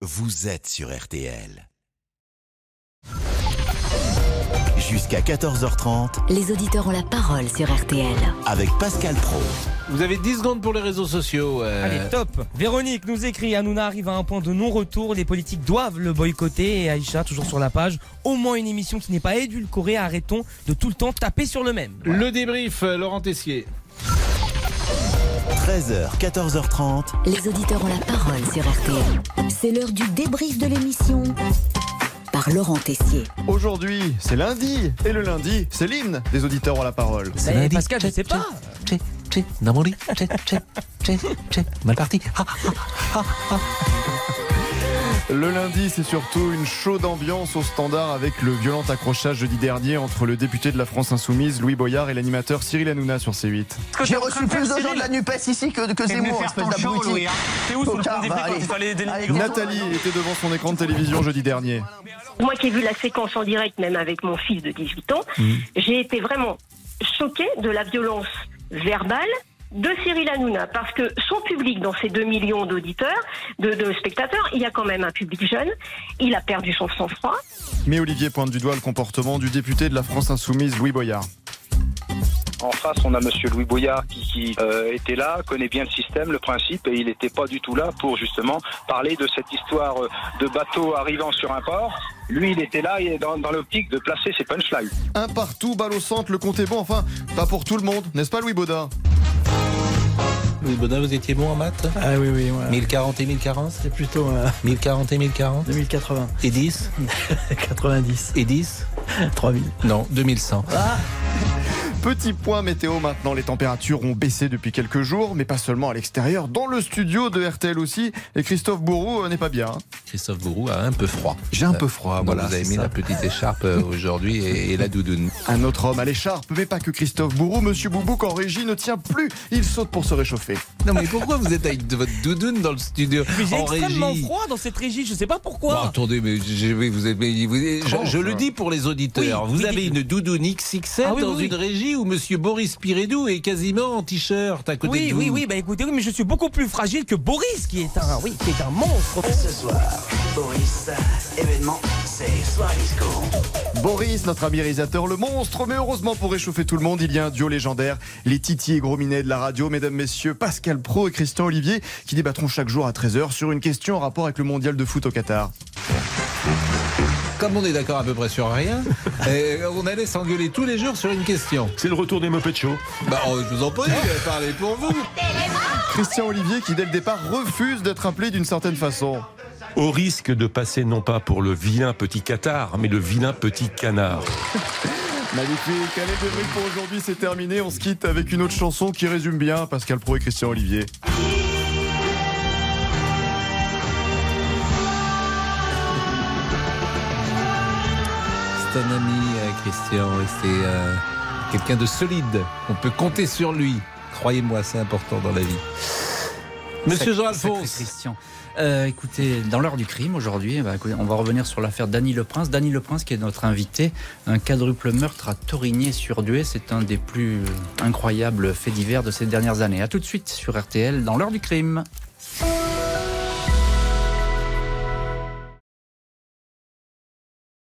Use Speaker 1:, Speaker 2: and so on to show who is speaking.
Speaker 1: Vous êtes sur RTL. Jusqu'à 14h30
Speaker 2: Les auditeurs ont la parole sur RTL.
Speaker 1: avec Pascal Pro.
Speaker 3: Vous avez 10 secondes pour les réseaux sociaux. euh,
Speaker 4: Allez, top Véronique nous écrit Hanouna arrive à un point de non-retour, les politiques doivent le boycotter et Aïcha, toujours sur la page, au moins une émission qui n'est pas édulcorée, arrêtons de tout le temps taper sur le même.
Speaker 3: Le débrief, euh, Laurent Tessier.
Speaker 1: 13h, 14h30.
Speaker 2: Les auditeurs ont la parole sur RTL. C'est l'heure du débrief de l'émission par Laurent Tessier.
Speaker 5: Aujourd'hui, c'est lundi, et le lundi, c'est l'hymne des auditeurs à la parole.
Speaker 4: Eh, Pascal, je sais pas
Speaker 6: Tchè, tchè, dans mon lit. Tchè, tchè, tchè, tchè. Mal parti. Ah, ah, ah, ah.
Speaker 5: Le lundi, c'est surtout une chaude ambiance au standard avec le violent accrochage jeudi dernier entre le député de la France Insoumise, Louis Boyard, et l'animateur Cyril Hanouna sur C8.
Speaker 7: J'ai reçu plus d'argent de la NUPES ici que, que Zemmour, espèce d'abruti.
Speaker 8: T'es où
Speaker 7: sur le hein. Tocard, pont des va, Pics quand allez. il fallait
Speaker 5: Nathalie était devant son écran de télévision jeudi dernier.
Speaker 9: Moi qui ai vu la séquence en direct, même avec mon fils de 18 ans, j'ai été vraiment choquée de la violence verbale de Cyril Hanouna. Parce que son public, dans ses 2 millions d'auditeurs, de, de spectateurs, il y a quand même un public jeune. Il a perdu son sang-froid.
Speaker 5: Mais Olivier pointe du doigt le comportement du député de la France Insoumise, Louis Boyard.
Speaker 8: En face, on a Monsieur Louis Boyard qui, qui, euh, était là, connaît bien le système, le principe, et il n'était pas du tout là pour justement parler de cette histoire euh, de bateau arrivant sur un port. Lui, il était là, il est dans, dans l'optique de placer ses punchlines.
Speaker 5: Un partout, balle au centre, le compte est bon, enfin, pas pour tout le monde, n'est-ce pas Louis Baudin
Speaker 6: Louis Baudin, vous étiez bon en maths
Speaker 10: Ah oui, oui, ouais.
Speaker 6: 1040 et 1040
Speaker 10: C'est plutôt euh,
Speaker 6: 1040 et 1040
Speaker 10: 2080,
Speaker 6: Et 10
Speaker 10: 90,
Speaker 6: Et 10
Speaker 10: 3000.
Speaker 6: Non, 2100.
Speaker 5: Petit point météo maintenant, les températures ont baissé depuis quelques jours, mais pas seulement à l'extérieur, dans le studio de RTL aussi, et Christophe Bourreau euh, n'est pas bien. hein.
Speaker 6: Christophe Gourou a un peu froid.
Speaker 5: J'ai un peu froid,
Speaker 6: Donc
Speaker 5: voilà.
Speaker 6: vous avez
Speaker 5: c'est
Speaker 6: mis
Speaker 5: ça.
Speaker 6: la petite écharpe euh, aujourd'hui et, et la doudoune.
Speaker 5: Un autre homme à l'écharpe, mais pas que Christophe Bourreau, Monsieur Boubouk en régie ne tient plus, il saute pour se réchauffer.
Speaker 6: Non mais pourquoi vous êtes avec de votre doudoune dans le studio
Speaker 4: Mais j'ai
Speaker 6: en
Speaker 4: extrêmement
Speaker 6: régie
Speaker 4: froid dans cette régie, je sais pas
Speaker 6: Bon,
Speaker 7: Bah,
Speaker 4: pourquoi
Speaker 6: attendez, mais je vais vous, mais vous- je, je le dis pour les auditeurs.
Speaker 4: Oui,
Speaker 6: vous
Speaker 4: oui,
Speaker 6: avez
Speaker 4: dites-le.
Speaker 6: une doudoune XXL
Speaker 4: Ah oui,
Speaker 6: dans
Speaker 4: oui,
Speaker 6: une
Speaker 4: oui.
Speaker 6: régie où Monsieur Boris Pirédou est quasiment en t-shirt à côté
Speaker 4: Oui,
Speaker 6: de vous.
Speaker 4: oui, oui, bah écoutez, oui, mais je suis beaucoup plus fragile que Boris qui est un, oui, qui est un monstre.
Speaker 5: Boris, notre ami réalisateur, le monstre, mais heureusement pour réchauffer tout le monde, il y a un duo légendaire, les Titi et Gros Minet de la radio, mesdames, messieurs, Pascal Pro et Christian Olivier, qui débattront chaque jour à 13h sur une question en rapport avec le mondial de foot au Qatar.
Speaker 6: Comme on est d'accord à peu près sur rien, euh, on allait s'engueuler tous les jours sur une question.
Speaker 11: C'est le retour des Muppet Show.
Speaker 6: Bah, oh, je vous en prie,
Speaker 4: Ah.
Speaker 6: parlez pour vous.
Speaker 5: Christian Olivier, qui dès le départ refuse d'être appelé d'une certaine façon.
Speaker 11: Au risque de passer non pas pour le vilain petit Qatar, mais le vilain petit canard.
Speaker 5: Magnifique, allez, le débrief pour aujourd'hui, c'est terminé. On se quitte avec une autre chanson qui résume bien Pascal Pro et Christian Olivier.
Speaker 6: C'est un ami, euh, Christian, et c'est euh, quelqu'un de solide. On peut compter sur lui. Croyez-moi, c'est important dans la vie. Monsieur Jean-Alphonse,
Speaker 10: Christian. Euh, écoutez, dans l'heure du crime aujourd'hui, bah, écoutez, on va revenir sur l'affaire Dany Le Prince. Dany Le Prince, qui est notre invité, un quadruple meurtre à Torigné-sur-Dué, c'est un des plus euh, incroyables faits divers de ces dernières années. À tout de suite sur RTL dans l'heure du crime.